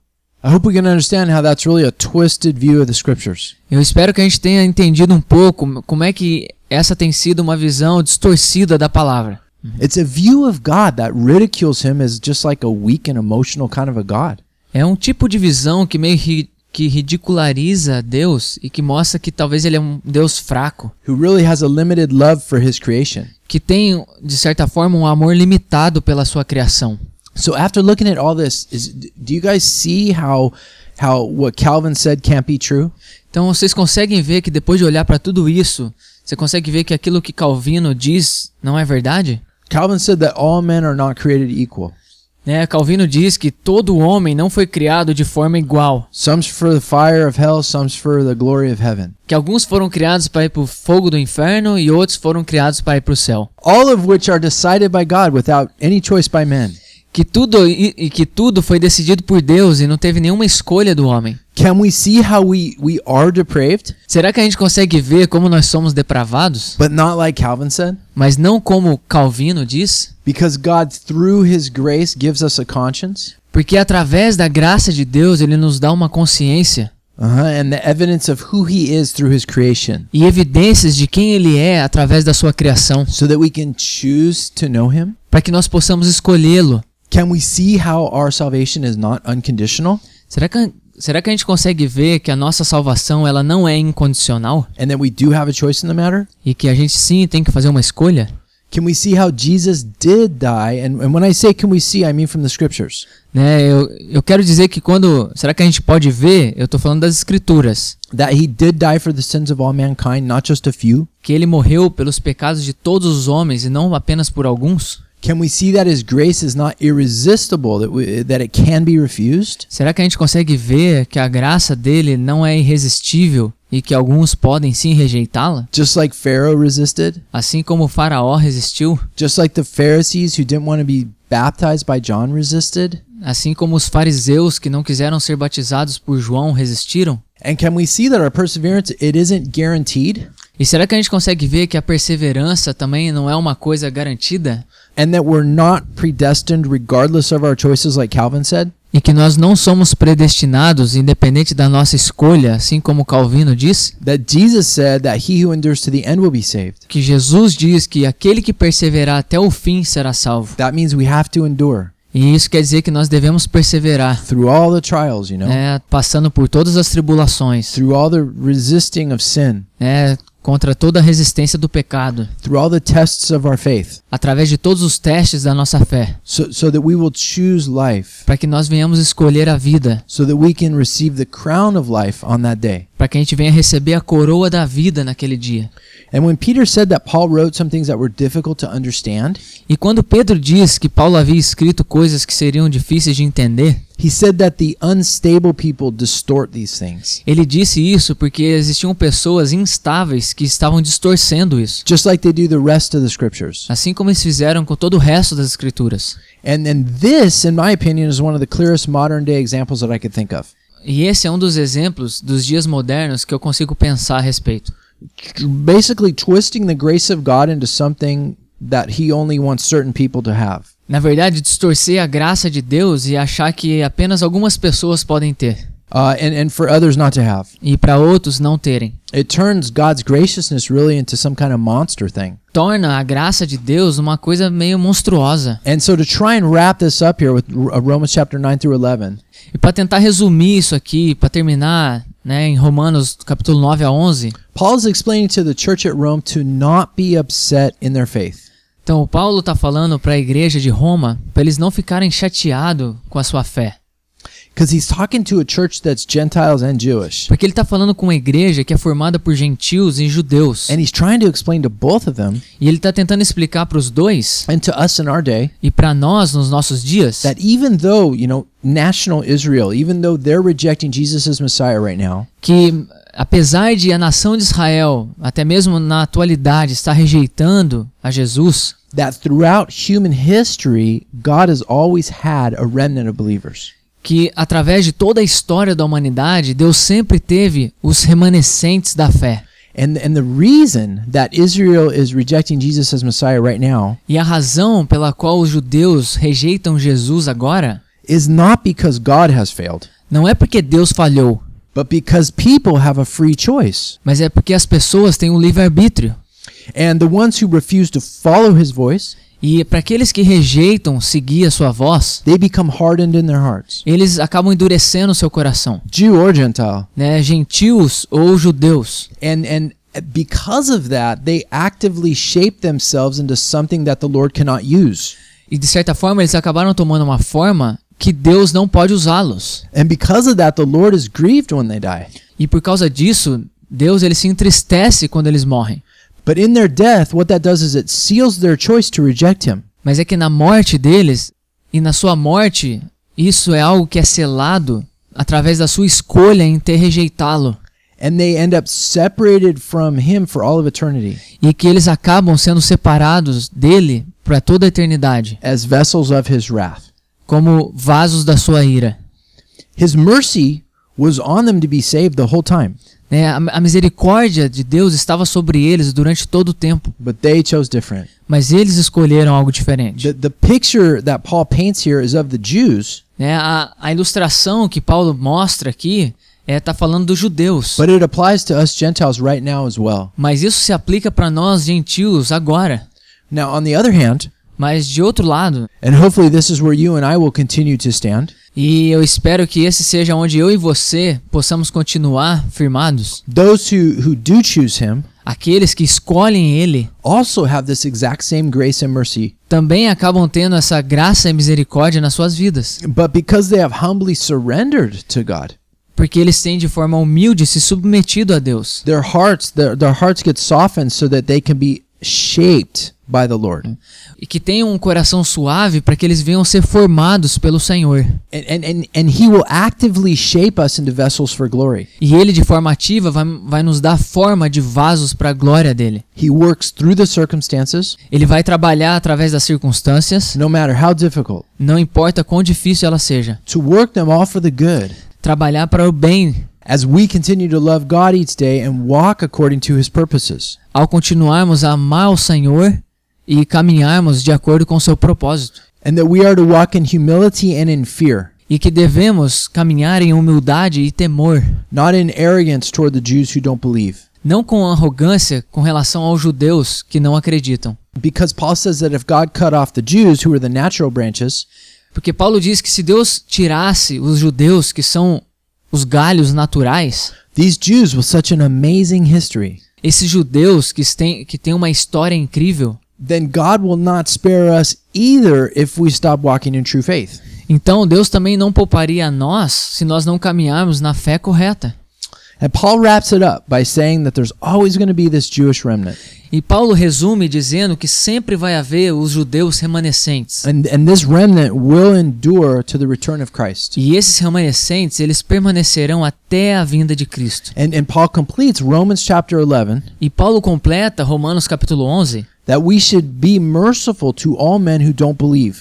I hope we can understand how that's really a twisted view of the scriptures. eu espero que a gente tenha entendido um pouco como é que essa tem sido uma visão distorcida da palavra. It's a view of God that ridicules him as just like a weak and emotional kind of a God. É um tipo de visão que meio ri- que ridiculariza Deus e que mostra que talvez ele é um Deus fraco, who really has a limited love for his creation. que tem de certa forma um amor limitado pela sua criação. So after looking at all this, is do you guys see how how what Calvin said can't be true? Então vocês conseguem ver que depois de olhar para tudo isso, você consegue ver que aquilo que Calvino diz não é verdade? Calvin said that all men are not created equal. Né? Calvino diz que todo homem não foi criado de forma igual, Some's for the fire of hell, some's for the glory of heaven. que alguns foram criados para ir para o fogo do inferno e outros foram criados para ir para o céu. All of which are decided by God without any choice by men. Que tudo e, e que tudo foi decidido por Deus e não teve nenhuma escolha do homem. Can we see how we we are depraved, Será que a gente consegue ver como nós somos depravados, but not like Calvin said? mas não como Calvino diz? Because God through his grace gives us a conscience. Porque através da graça de Deus ele nos dá uma consciência Uh-huh, and the evidence of who he is through his creation. e evidências de quem ele é através da sua criação, so that we can choose to know him? para que nós possamos escolhê-lo. Can we see how our salvation is not unconditional Será que será que a gente consegue ver que a nossa salvação ela não é incondicional and that we do have a choice in the matter? e que a gente sim tem que fazer uma escolha? Can we see how Jesus did die? And, and when I say can we see, I mean from the scriptures. Né, eu, eu quero dizer que quando. Será que a gente pode ver? Eu tô falando das escrituras. That he did die for the sins of all mankind, not just a few. Que ele morreu pelos pecados de todos os homens e não apenas por alguns. Can we see that his grace is not irresistible, that, we, that it can be refused? Será que a gente consegue ver que a graça dele não é irresistível e que alguns podem sim rejeitá-la? Just like Pharaoh resisted, Assim como o Faraó resistiu, just like the Pharisees who didn't want to be baptized by John resisted. assim como os fariseus que não quiseram ser batizados por João resistiram? And can we see that our perseverance, it isn't guaranteed? E será que a gente consegue ver que a perseverança também não é uma coisa garantida? and that we're not predestined regardless of our choices like calvin said E que nós não somos predestinados, independente da nossa escolha, assim como Calvino diz? that jesus said that he who endures to the end will be saved Que Jesus diz que aquele que perseverar até o fim será salvo. that means we have to endure E isso quer dizer que nós devemos perseverar, through all the trials you know né, passando por todas as tribulações, through all the resisting of sin né, contra toda a resistência do pecado, through all the tests of our faith através de todos os testes da nossa fé, so, so that we will choose life para que nós venhamos escolher a vida, so that we can receive the crown of life on that day para que a gente venha receber a coroa da vida naquele dia. and when peter said that paul wrote some things that were difficult to understand E quando Pedro diz que Paulo havia escrito coisas que seriam difíceis de entender, he said that the unstable people distort these things Ele disse isso porque existiam pessoas instáveis que estavam distorcendo isso, just like they do the rest of the scriptures assim como eles fizeram com todo o resto das escrituras. And and this, in my opinion, is one of the clearest modern day examples that I could think of. E esse é um dos exemplos dos dias modernos que eu consigo pensar a respeito. Tr- Basically, twisting the grace of God into something that He only wants certain people to have. Na verdade, distorcer a graça de Deus e achar que apenas algumas pessoas podem ter Uh, and, and for others not to have. e para outros não terem. It turns God's graciousness really into some kind of monster thing. Torna a graça de Deus uma coisa meio monstruosa. And so, to try and wrap this up here with R- uh, Romans chapter 9 through 11, E para tentar resumir isso aqui, para terminar, né, em Romanos capítulo 9 a 11, Paul is explaining to the church at Rome to not be upset in their faith. Então, o Paulo está falando para a igreja de Roma para eles não ficarem chateados com a sua fé. Because he's talking to a church that's Gentiles and Jewish. Porque ele está falando com uma igreja que é formada por gentios e judeus. And he's trying to explain to both of them E ele está tentando explicar para os dois and to us in our day e para nós nos nossos dias that even though you know national israel even though they're rejecting jesus as messiah right now que, apesar de a nação de Israel, até mesmo na atualidade, estar rejeitando a Jesus, that throughout human history god has always had a remnant of believers que através de toda a história da humanidade, Deus sempre teve os remanescentes da fé. and and the reason that israel is rejecting jesus as messiah right now E a razão pela qual os judeus rejeitam Jesus agora is not because god has failed Não é porque Deus falhou, but because people have a free choice mas é porque as pessoas têm um livre-arbítrio. and the ones who refuse to follow his voice E para aqueles que rejeitam seguir a sua voz, they become hardened in their hearts. eles acabam endurecendo o seu coração, Jew or Gentile. né? Gentios ou judeus. And and because of that, they actively shape themselves into something that the Lord cannot use. E de certa forma eles acabaram tomando uma forma que Deus não pode usá-los. And because of that, the Lord is grieved when they die. E por causa disso, Deus ele se entristece quando eles morrem. But in their death, what that does is it seals their choice to reject him. Mas é que na morte deles e na sua morte, isso é algo que é selado através da sua escolha em ter rejeitá-lo And they end up separated from him for all of eternity e que eles acabam sendo separados dele para toda a eternidade, as vessels of his wrath. como vasos da sua ira. His mercy was on them to be saved the whole time, Né? A, a misericórdia de Deus estava sobre eles durante todo o tempo, but they chose different. mas eles escolheram algo diferente. The, the picture that Paul paints here is of the Jews, Né, a, a ilustração que Paulo mostra aqui é tá falando dos judeus, but it applies to us Gentiles right now as well. mas isso se aplica para nós gentios agora. Now, on the other hand, Mas de outro lado, and hopefully this is where you and I will continue to stand, e eu espero que esse seja onde eu e você possamos continuar firmados. those who, who do choose him Aqueles que escolhem ele also have this exact same grace and mercy também acabam tendo essa graça e misericórdia nas suas vidas, But because they have humbly surrendered to God, porque eles têm de forma humilde se submetido a Deus. their hearts their, their hearts get softened so that they can be shaped by the Lord. E que tenham um coração suave para que eles venham ser formados pelo Senhor. And and and, and he will actively shape us into vessels for glory. E ele, de forma ativa, vai, vai nos dar forma de vasos para a glória dele. He works through the circumstances, Ele vai trabalhar através das circunstâncias, no matter how difficult, não importa quão difícil ela seja. to work them all for the good. Trabalhar para o bem, As we continue to love God each day and walk according to his purposes. ao continuarmos a amar o Senhor e caminharmos de acordo com o seu propósito. And that we are to walk in humility and in fear, E que devemos caminhar em humildade e temor, not in arrogance toward the Jews who don't believe. não com arrogância com relação aos judeus que não acreditam. Because Paul says that if God cut off the Jews, who are the natural branches, Porque Paulo diz que se Deus tirasse os judeus, que são os galhos naturais, These Jews with such an amazing history, esses judeus que têm, que têm uma história incrível, then God will not spare us either if we stop walking in true faith. então Deus também não pouparia a nós se nós não caminharmos na fé correta. And Paul wraps it up by saying that there's always going to be this Jewish remnant. E Paulo resume dizendo que sempre vai haver os judeus remanescentes. And, and this remnant will endure to the return of Christ. E esses remanescentes, eles permanecerão até a vinda de Cristo. And, and Paul completes Romans chapter 11 E Paulo completa Romanos capítulo 11 that we should be merciful to all men who don't believe,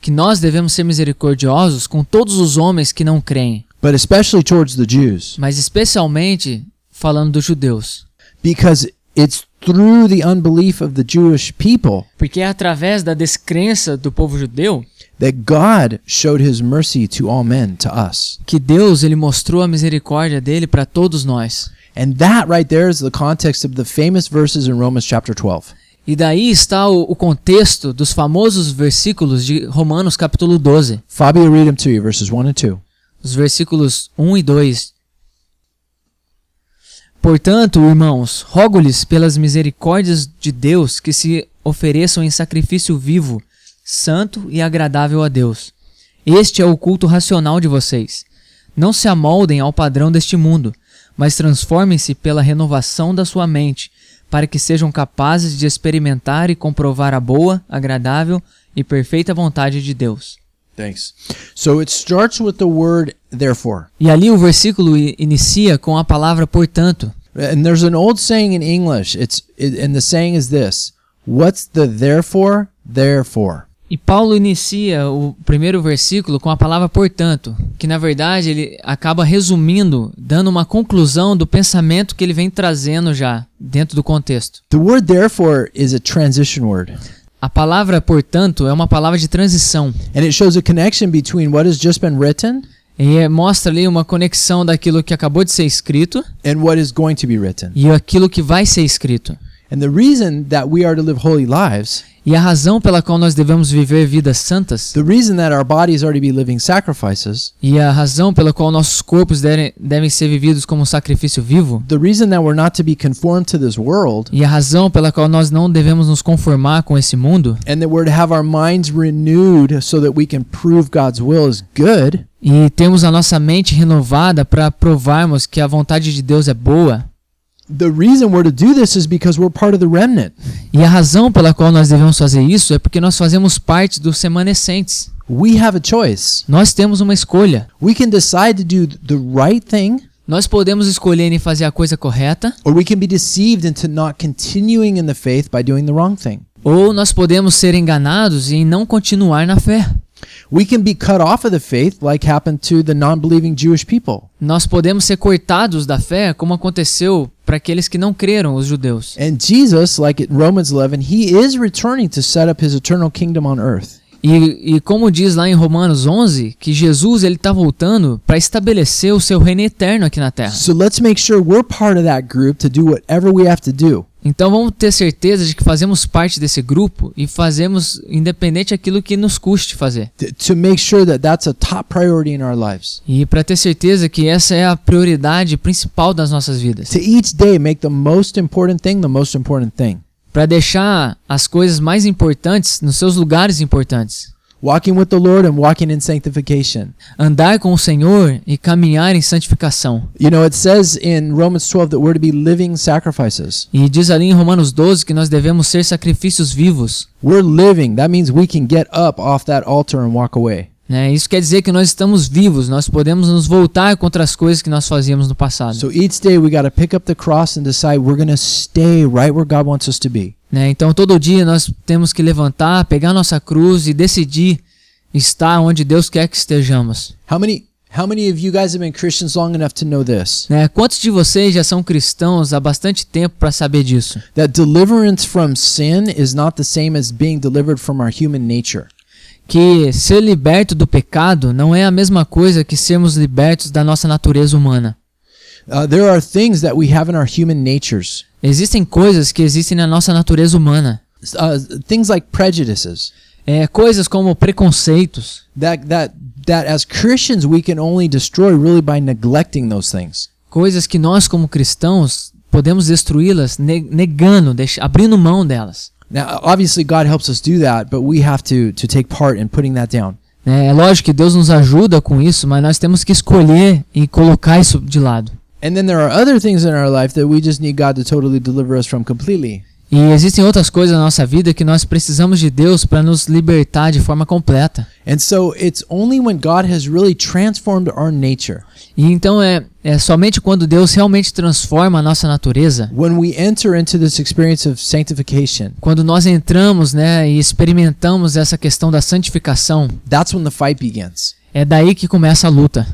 que nós devemos ser misericordiosos com todos os homens que não creem, but especially towards the Jews, mas especialmente falando dos judeus. because it's through the unbelief of the Jewish people Porque é através da descrença do povo judeu that God showed his mercy to all men, to us. que Deus ele mostrou a misericórdia dele para todos nós. And that right there is the context of the famous verses in Romans chapter 12. E daí está o, o contexto dos famosos versículos de Romanos capítulo 12, Fabio, read them to you, verses 1 and 2. os versículos 1 e 2. Portanto, irmãos, rogo-lhes pelas misericórdias de Deus que se ofereçam em sacrifício vivo, santo e agradável a Deus. Este é o culto racional de vocês. Não se amoldem ao padrão deste mundo, mas transformem-se pela renovação da sua mente, para que sejam capazes de experimentar e comprovar a boa, agradável e perfeita vontade de Deus. Thanks. So it starts with the word therefore. E ali o versículo i- inicia com a palavra portanto. And there's an old saying in English. It's it, and the saying is this, what's the therefore therefore? E Paulo inicia o primeiro versículo com a palavra portanto, que na verdade ele acaba resumindo, dando uma conclusão do pensamento que ele vem trazendo já dentro do contexto. The word therefore is a transition word. A palavra portanto é uma palavra de transição And it shows a connection between what has just been written e é- mostra ali uma conexão daquilo que acabou de ser escrito and what is going to be written. e aquilo que vai ser escrito. And the reason that we are to live holy lives, E a razão pela qual nós devemos viver vidas santas, the reason that our bodies are to be living sacrifices, e a razão pela qual nossos corpos devem, devem ser vividos como um sacrifício vivo, the reason that we're not to be conformed to this world, e a razão pela qual nós não devemos nos conformar com esse mundo, and that we're to have our minds renewed so that we can prove God's will is good, e temos a nossa mente renovada para provarmos que a vontade de Deus é boa, the reason we're to do this is because we're part of the remnant. e a razão pela qual nós devemos fazer isso é porque nós fazemos parte dos remanescentes. We have a choice. Nós temos uma escolha. We can decide to do the right thing, Nós podemos escolher em fazer a coisa correta, or we can be deceived into not continuing in the faith by doing the wrong thing. ou nós podemos ser enganados e não continuar na fé. We can be cut off of the faith, like happened to the non believing Jewish people. Nós podemos ser cortados da fé, como aconteceu para aqueles que não creram, os judeus. And Jesus, like in Romans 11, he is returning to set up his eternal kingdom on earth. E, e como diz lá em Romanos 11, que Jesus ele está voltando para estabelecer o seu reino eterno aqui na terra. So let's make sure we're part of that group to do whatever we have to do. Então vamos ter certeza de que fazemos parte desse grupo e fazemos independente aquilo que nos custe fazer. t- To make sure that that's a top priority in our lives. E para ter certeza que essa é a prioridade principal das nossas vidas. To each day make the most important thing the most important thing. Para deixar as coisas mais importantes nos seus lugares importantes. Walking with the Lord and walking in sanctification. Andar com o Senhor e caminhar em santificação. You know, it says in Romans 12 that we're to be living sacrifices. E diz ali em Romanos 12 que nós devemos ser sacrifícios vivos. We're living. That means we can get up off that altar and walk away. Né? Isso quer dizer que nós estamos vivos, nós podemos nos voltar contra as coisas que nós fazíamos no passado. So each day we got to pick up the cross and decide we're going to stay right where God wants us to be. né? Então todo dia nós temos que levantar, pegar nossa cruz e decidir estar onde Deus quer que estejamos. How many how many of you guys have been Christians long enough to know this? né? Quantos de vocês já são cristãos há bastante tempo para saber disso? That deliverance from sin is not the same as being delivered from our human nature. Que ser liberto do pecado não é a mesma coisa que sermos libertos da nossa natureza humana. Uh, there are things that we have in our human natures, Existem coisas que existem na nossa natureza humana. uh, things like prejudices. É, coisas como preconceitos, That that that as Christians we can only destroy really by neglecting those things. coisas que nós como cristãos podemos destruí-las ne- negando, deix- abrindo mão delas. Now, obviously, God helps us do that, but we have to to take part in putting that down. Né, É lógico que Deus nos ajuda com isso, mas nós temos que escolher e colocar isso de lado. And then there are other things in our life that we just need God to totally deliver us from completely. E existem outras coisas na nossa vida que nós precisamos de Deus para nos libertar de forma completa. And so it's only when God has really transformed our nature, E então é, é somente quando Deus realmente transforma a nossa natureza, when we enter into this experience of sanctification, quando nós entramos né, e experimentamos essa questão da santificação, that's when the fight begins. é daí que começa a luta.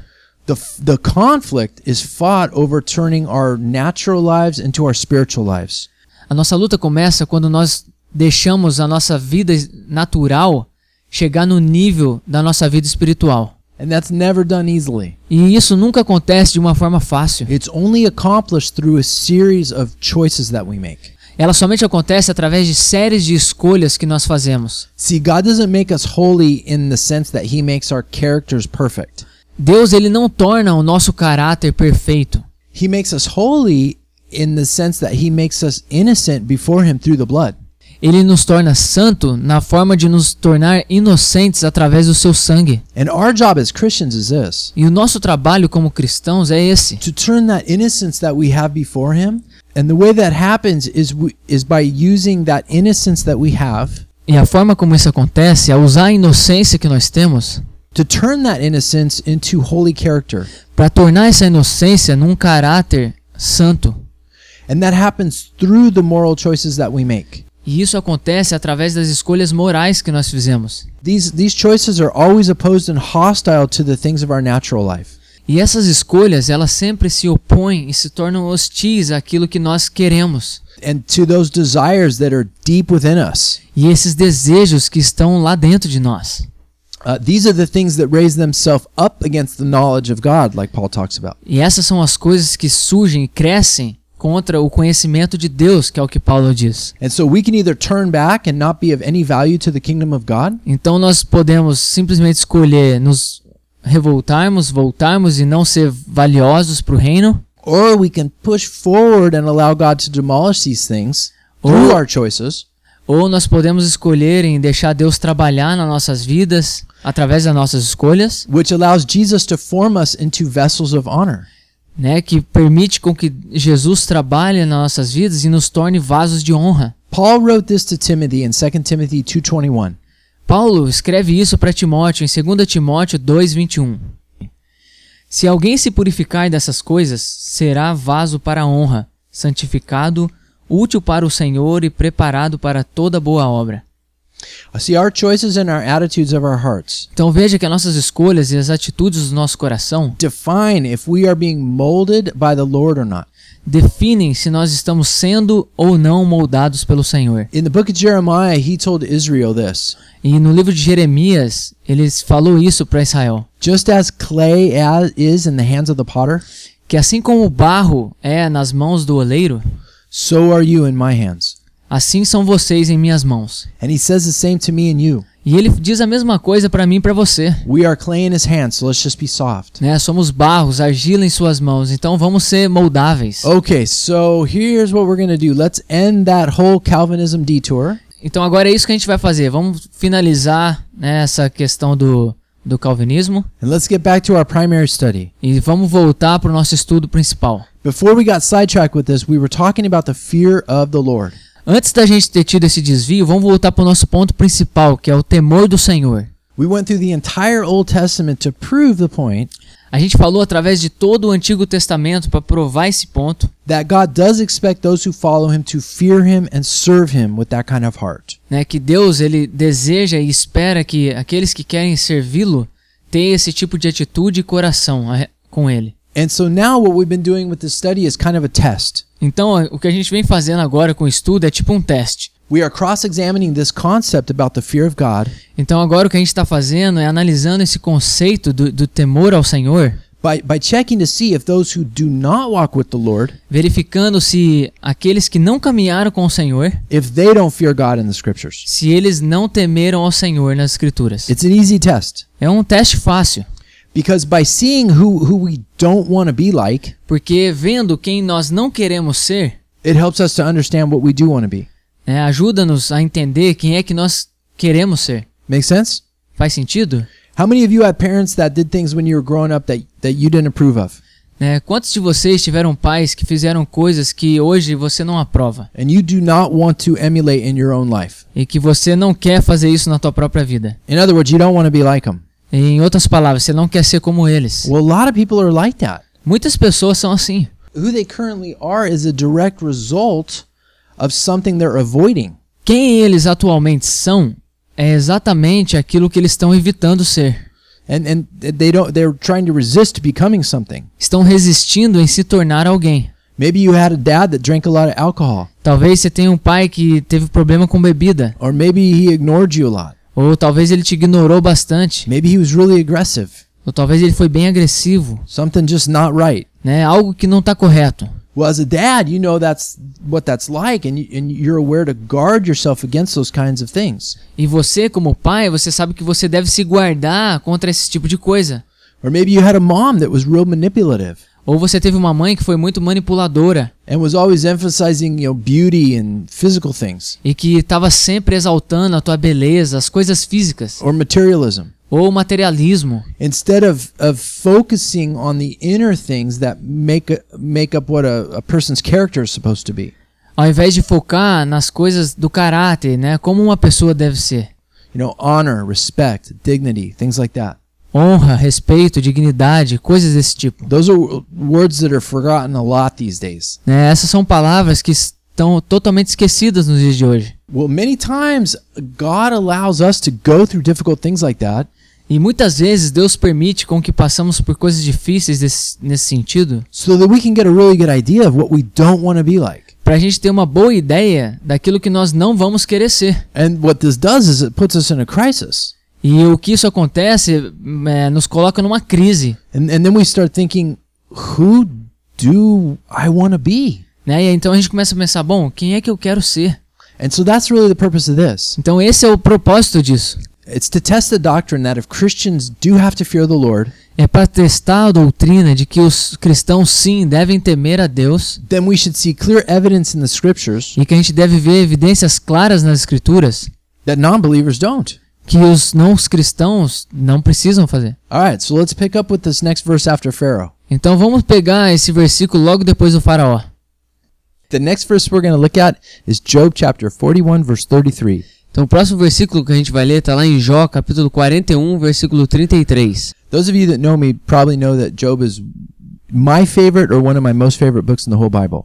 The, f- the conflict is fought over turning our natural lives into our spiritual lives. A nossa luta começa quando nós deixamos a nossa vida natural chegar no nível da nossa vida espiritual. And that's never done easily. E isso nunca acontece de uma forma fácil. It's only accomplished through a series of choices that we make. Ela somente acontece através de séries de escolhas que nós fazemos. See, God doesn't make us holy in the sense that He makes our characters perfect. Deus ele não torna o nosso caráter perfeito. He makes us holy in the sense that He makes us innocent before Him through the blood. Ele nos torna santo na forma de nos tornar inocentes através do seu sangue. And our job as Christians is this E o nosso trabalho como cristãos é esse. to turn that innocence that we have before Him. And the way that happens is, we, is by using that innocence that we have E a forma como isso acontece é usar a inocência que nós temos to turn that innocence into holy character. para tornar essa inocência num caráter santo. And that happens through the moral choices that we make. E isso acontece através das escolhas morais que nós fizemos. These, these choices are always opposed and hostile to the things of our natural life. E essas escolhas, elas sempre se opõem e se tornam hostis àquilo que nós queremos and to those desires that are deep within us. e esses desejos que estão lá dentro de nós. Uh, these are the things that raise themselves up against the knowledge of God, like Paul talks about. E essas são as coisas que surgem e crescem contra o conhecimento de Deus, que é o que Paulo diz. And so we can either turn back and not be of any value to the kingdom of God, Então nós podemos simplesmente escolher nos revoltarmos, voltarmos e não ser valiosos para o reino, or we can push forward and allow God to demolish these things through Or- our choices ou nós podemos escolher em deixar Deus trabalhar nas nossas vidas através das nossas escolhas, which allows Jesus to form us into vessels of honor. né, que permite com que Jesus trabalhe nas nossas vidas e nos torne vasos de honra. Paul wrote this to Timothy in 2 Timothy 2:21. Paulo escreve isso para Timóteo em 2 Timóteo 2:21. Se alguém se purificar dessas coisas, será vaso para a honra, santificado, útil para o Senhor e preparado para toda boa obra. See our choices and our attitudes of our hearts Então veja que as nossas escolhas e as atitudes do nosso coração define if we are being molded by the Lord or not. definem se nós estamos sendo ou não moldados pelo Senhor. In the book of Jeremiah, he told Israel this. E no livro de Jeremias, ele falou isso para Israel, Just as clay as is in the hands of the potter, que assim como o barro é nas mãos do oleiro, so are you in my hands. assim são vocês em minhas mãos. And he says the same to me and you. E ele diz a mesma coisa pra mim e pra você. We are clay in his hands, so let's just be soft. Né? Somos barros, argila em suas mãos, então vamos ser moldáveis. Okay, so here's what we're going to do. Let's end that whole Calvinism detour. Então agora é isso que a gente vai fazer. Vamos finalizar né, essa questão do, do calvinismo And let's get back to our primary study. e vamos voltar pro nosso estudo principal. Before we got sidetracked with this, we were talking about the fear of the Lord. Antes da gente ter tido esse desvio, vamos voltar pro nosso ponto principal, que é o temor do Senhor. We went through the entire Old Testament to prove the point A gente falou através de todo o Antigo Testamento pra provar esse ponto, that God does expect those who follow him to fear him and serve him with that kind of heart. né, que Deus ele deseja e espera que aqueles que querem servi-lo tenham esse tipo de atitude e coração a- com ele. And so now what we've been doing with this study is kind of a test. Então, ó, o que a gente vem fazendo agora com o estudo é tipo um teste. We are cross-examining this concept about the fear of God Então, agora o que a gente está fazendo é analisando esse conceito do, do temor ao Senhor, by, by checking to see if those who do not walk with the Lord, verificando se aqueles que não caminharam com o Senhor, if they don't fear God in the scriptures. se eles não temeram ao Senhor nas Escrituras. It's an easy test É um teste fácil, because by seeing who, who we don't want to be like, porque vendo quem nós não queremos ser, it helps us to understand what we do want to be. né, ajuda-nos a entender quem é que nós queremos ser. Make sense? Faz sentido? How many of you had parents that did things when you were growing up that, that you didn't approve of? Né, quantos de vocês tiveram pais que fizeram coisas que hoje você não aprova And you do not want to emulate in your own life. e que você não quer fazer isso na tua própria vida? In other words, you don't want to be like them. Em outras palavras, você não quer ser como eles. Well, a lot of people are like that. Muitas pessoas são assim. who they currently are is a direct result of something they're avoiding. Quem eles atualmente são é exatamente aquilo que eles estão evitando ser. And and they don't they're trying to resist becoming something. Estão resistindo em se tornar alguém. Maybe you had a dad that drank a lot of alcohol Talvez você tenha um pai que teve problema com bebida, or maybe he ignored you a lot. ou talvez ele te ignorou bastante, Maybe he was really aggressive. ou talvez ele foi bem agressivo, Something just not right. né? Algo que não está correto. Well, as a dad, you know that's what that's like and you, and you're aware to guard yourself against those kinds of things. E você, como pai, você sabe que você deve se guardar contra esse tipo de coisa. Or maybe you had a mom that was real manipulative Ou você teve uma mãe que foi muito manipuladora and was always emphasizing, you know, beauty and physical things e que estava sempre exaltando a tua beleza, as coisas físicas, or materialism. ou o materialismo, instead of, of focusing on the inner things that make a, make up what a, a person's character is supposed to be. ao invés de focar nas coisas do caráter, né? Como uma pessoa deve ser. You know, honor, respect, dignity, things like that. Honra, respeito, dignidade, coisas desse tipo. Those are w- words that are forgotten a lot these days. Né? Essas são palavras que estão totalmente esquecidas nos dias de hoje. Well, many times God allows us to go through difficult things like that E muitas vezes Deus permite com que passamos por coisas difíceis desse- nesse sentido so that we can get a really good idea of what we don't want to be like. para a gente ter uma boa ideia daquilo que nós não vamos querer ser. And what this does is it puts us in a crisis. E o que isso acontece é, nos coloca numa crise. And, and then we start thinking, who do I want to be? Né? E aí, então a gente começa a pensar, bom, quem é que eu quero ser? And so that's really the purpose of this. Então esse é o propósito disso. It's to test the doctrine that if Christians do have to fear the Lord, É para testar a doutrina de que os cristãos sim devem temer a Deus then we should see clear evidence in the scriptures e que a gente deve ver evidências claras nas escrituras that non believers don't. que os não os cristãos não precisam fazer. All right, so let's pick up with this next verse after Pharaoh. Então vamos pegar esse versículo logo depois do faraó. The next verse we're going to look at is Job chapter 41, verse 33. Então o próximo versículo que a gente vai ler está lá em Jó, capítulo 41, versículo 33. Those of you that know me probably know that Job is my favorite or one of my most favorite books in the whole Bible.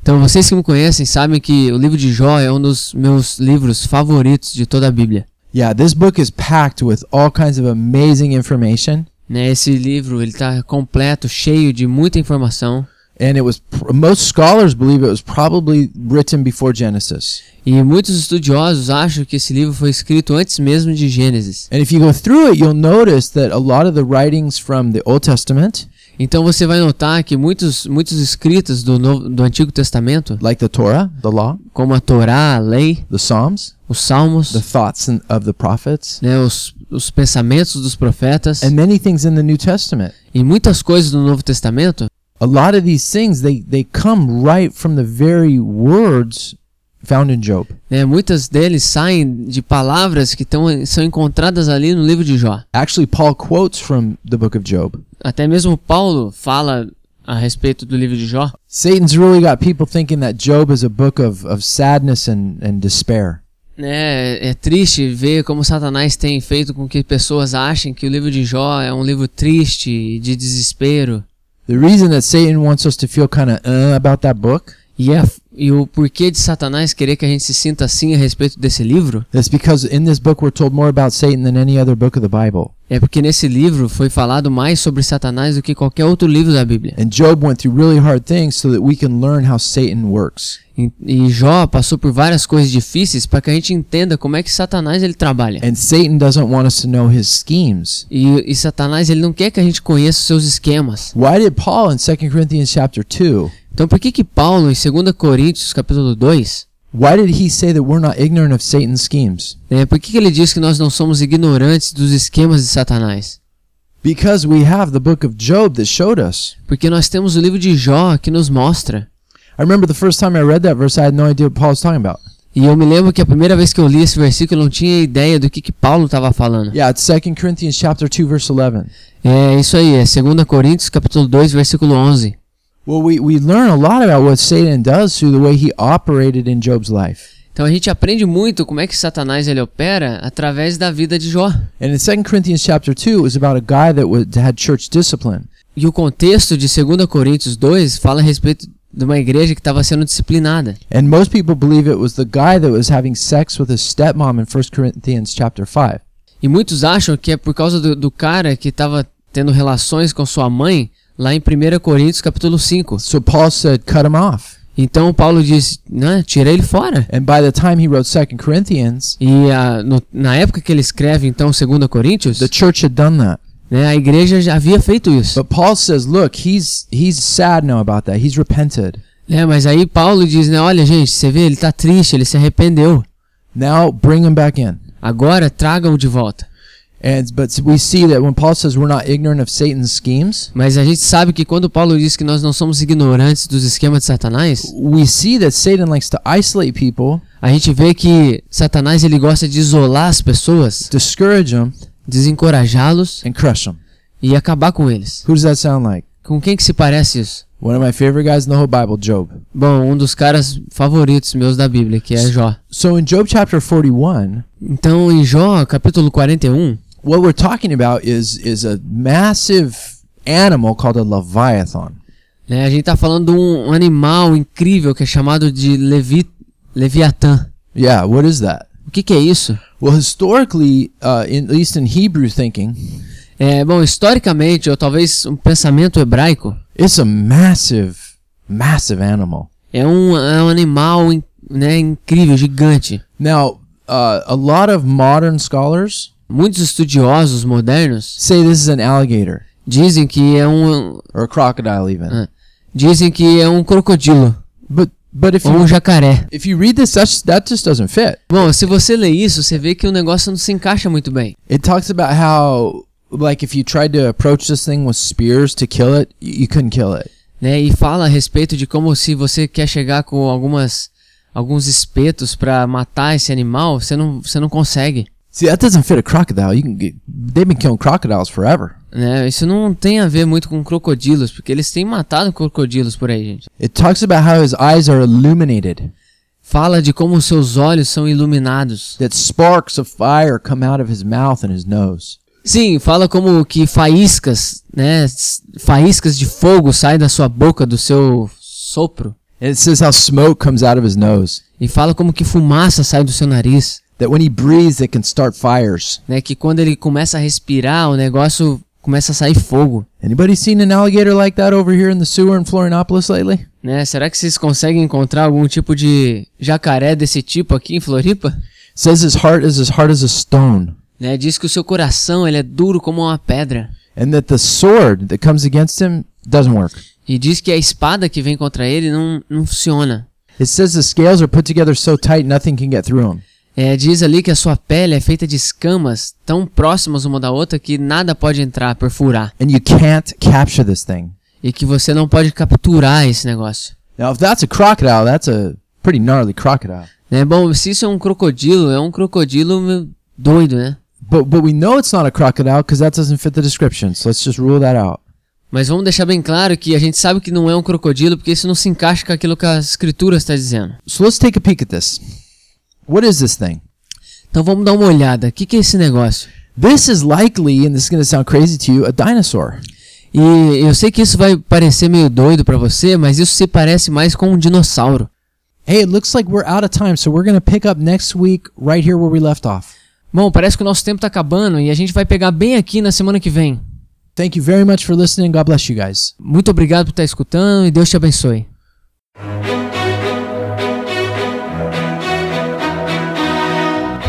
Então vocês que me conhecem sabem que o livro de Jó é um dos meus livros favoritos de toda a Bíblia. Yeah, this book is packed with all kinds of amazing information, Né, esse livro ele está completo, cheio de muita informação and it was pr- most scholars believe it was probably written before Genesis. e muitos estudiosos acham que esse livro foi escrito antes mesmo de Gênesis. And if you go through it, you'll notice that a lot of the writings from the Old Testament, Então você vai notar que muitos, muitos escritos do, Novo- do Antigo Testamento, like the Torah, the law, como a Torá, a lei, the Psalms, os Salmos, the thoughts and- of the prophets, né, os, os pensamentos dos profetas and many things in the New Testament, e muitas coisas do Novo Testamento, a lot of these things they, they come right from the very words found in Job. né, muitas deles saem de palavras que tão, são encontradas ali no livro de Jó. Actually, Paul quotes from the book of Job. Até mesmo Paulo fala a respeito do livro de Jó. Satan's really got people thinking that Job is a book of, of sadness and, and despair. Né, é triste ver como Satanás tem feito com que pessoas achem que o livro de Jó é um livro triste, e de desespero. The reason that Satan wants us to feel kind of uh, about that book E, a- e o porquê de Satanás querer que a gente se sinta assim a respeito desse livro is because in this book we're told more about Satan than any other book of the Bible. é porque nesse livro foi falado mais sobre Satanás do que qualquer outro livro da Bíblia. And Job went through really hard things so that we can learn how Satan works. E- E Jó passou por várias coisas difíceis para que a gente entenda como é que Satanás ele trabalha. And Satan doesn't want us to know his schemes. E, e Satanás ele não quer que a gente conheça os seus esquemas. Why did Paul in 2 Corinthians chapter 2 Então por que que Paulo em 2 Coríntios capítulo 2, Why did he say that we're not ignorant of Satan's schemes? né, por que que ele diz que nós não somos ignorantes dos esquemas de Satanás? Because we have the book of Job that showed us. Porque nós temos o livro de Jó que nos mostra. I remember the first time I read that verse, I had no idea what Paul was talking about. E eu me lembro que a primeira vez que eu li esse versículo eu não tinha ideia do que que Paulo estava falando. Yeah, it's 2 Corinthians chapter 2 verse 11. É isso aí, é 2 Coríntios capítulo 2 versículo 11. Well, we, we learn a lot about what Satan does through the way he operated in Job's life. Então a gente aprende muito como é que Satanás ele opera através da vida de Jó. And in 2 Corinthians chapter 2, it was about a guy that was, had church discipline. E o contexto de 2 Coríntios 2 fala a respeito de uma igreja que estava sendo disciplinada. And most people believe it was the guy that was having sex with his stepmom in 1 Corinthians chapter 5. E muitos acham que é por causa do, do cara que estava tendo relações com sua mãe lá em 1 Coríntios capítulo 5. So Paul said, cut him off. Então Paulo diz, né, tira ele fora. And by the time he wrote 2 Corinthians, E a- no- na época que ele escreve então 2 Coríntios, the church had done that. né, a igreja já havia feito isso. But Paul says, look, he's he's sad now about that. He's repented. Né, mas aí Paulo diz, né, olha gente, você vê, ele está triste, ele se arrependeu. Now bring him back in. Agora tragam de volta. And but we see that when Paul says we're not ignorant of Satan's schemes, Mas a gente sabe que quando Paulo diz que nós não somos ignorantes dos esquemas de Satanás, we see that Satan likes to isolate people, a gente vê que Satanás ele gosta de isolar as pessoas, discourage them, desencorajá-los and crush them. e acabar com eles. Who does that sound like? Com quem que se parece isso? One of my favorite guys in the whole Bible, Job. Bom, um dos caras favoritos meus da Bíblia, que é Jó. So in Job chapter 41, Então, em Jó, capítulo 41, what we're talking about is is a massive animal called a leviathan. né, a gente tá falando de um animal incrível que é chamado de Levi, Leviatã. Yeah, what is that? O que que é isso? Well, historically, uh, in, at least in Hebrew thinking, É, bom, historicamente, ou talvez um pensamento hebraico, It's a massive, massive animal. É um, é um animal in- né, incrível, gigante. Now, uh, a lot of modern scholars Muitos estudiosos modernos say this is an alligator dizem que é um or a crocodile, even. dizem que é um crocodilo. But but if Ou um you jacaré. if you read this, that's, that just doesn't fit. Bom, se você lê isso, você vê que o negócio não se encaixa muito bem. It talks about how like if you tried to approach this thing with spears to kill it, y- you couldn't kill it. Né? E fala a respeito de como se você quer chegar com algumas alguns espetos pra matar esse animal, você não, você não consegue. See, that doesn't fit a crocodile. You can get, they've been killing crocodiles forever. Né? Isso não tem a ver muito com crocodilos, porque eles têm matado crocodilos por aí, gente. It talks about how his eyes are illuminated, Fala de como os seus olhos são iluminados. that sparks of fire come out of his mouth and his nose. Sim, fala como que faíscas, né? s- Faíscas de fogo saem da sua boca, do seu sopro. And it says how smoke comes out of his nose, E fala como que fumaça sai do seu nariz. that when he breathes, it can start fires. né? Que quando ele começa a respirar, o negócio começa a sair fogo, Anybody seen an alligator like that over here in the sewer in Florianopolis lately? né? Será que vocês conseguem encontrar algum tipo de jacaré desse tipo aqui em Floripa? says his heart is as hard as a stone, Né? Diz que o seu coração ele é duro como uma pedra and that the sword that comes against him doesn't work. e diz que a espada que vem contra ele não, não funciona. It says the scales are put together so tight nothing can get through him. É, diz ali que a sua pele é feita de escamas tão próximas uma da outra que nada pode entrar, perfurar. And you can't capture this thing. E que você não pode capturar esse negócio. Now, if that's a crocodile, that's a pretty gnarly crocodile. Né? Bom, se isso é um crocodilo, é um crocodilo meu, doido, né? But but we know it's not a crocodile because that doesn't fit the description. So let's just rule that out. Mas vamos deixar bem claro que a gente sabe que não é um crocodilo porque isso não se encaixa com aquilo que a escritura está dizendo. So let's take a peek at this. What is this thing? Então vamos dar uma olhada. O que, que é esse negócio? This is likely, and this is going to sound crazy to you, a dinosaur. E eu sei que isso vai parecer meio doido pra você, mas isso se parece mais com um dinossauro. Hey, it looks like we're out of time, so we're going to pick up next week right here where we left off. Bom, parece que o nosso tempo tá acabando e a gente vai pegar bem aqui na semana que vem. Thank you very much for listening. God bless you guys. Muito obrigado por estar escutando e Deus te abençoe.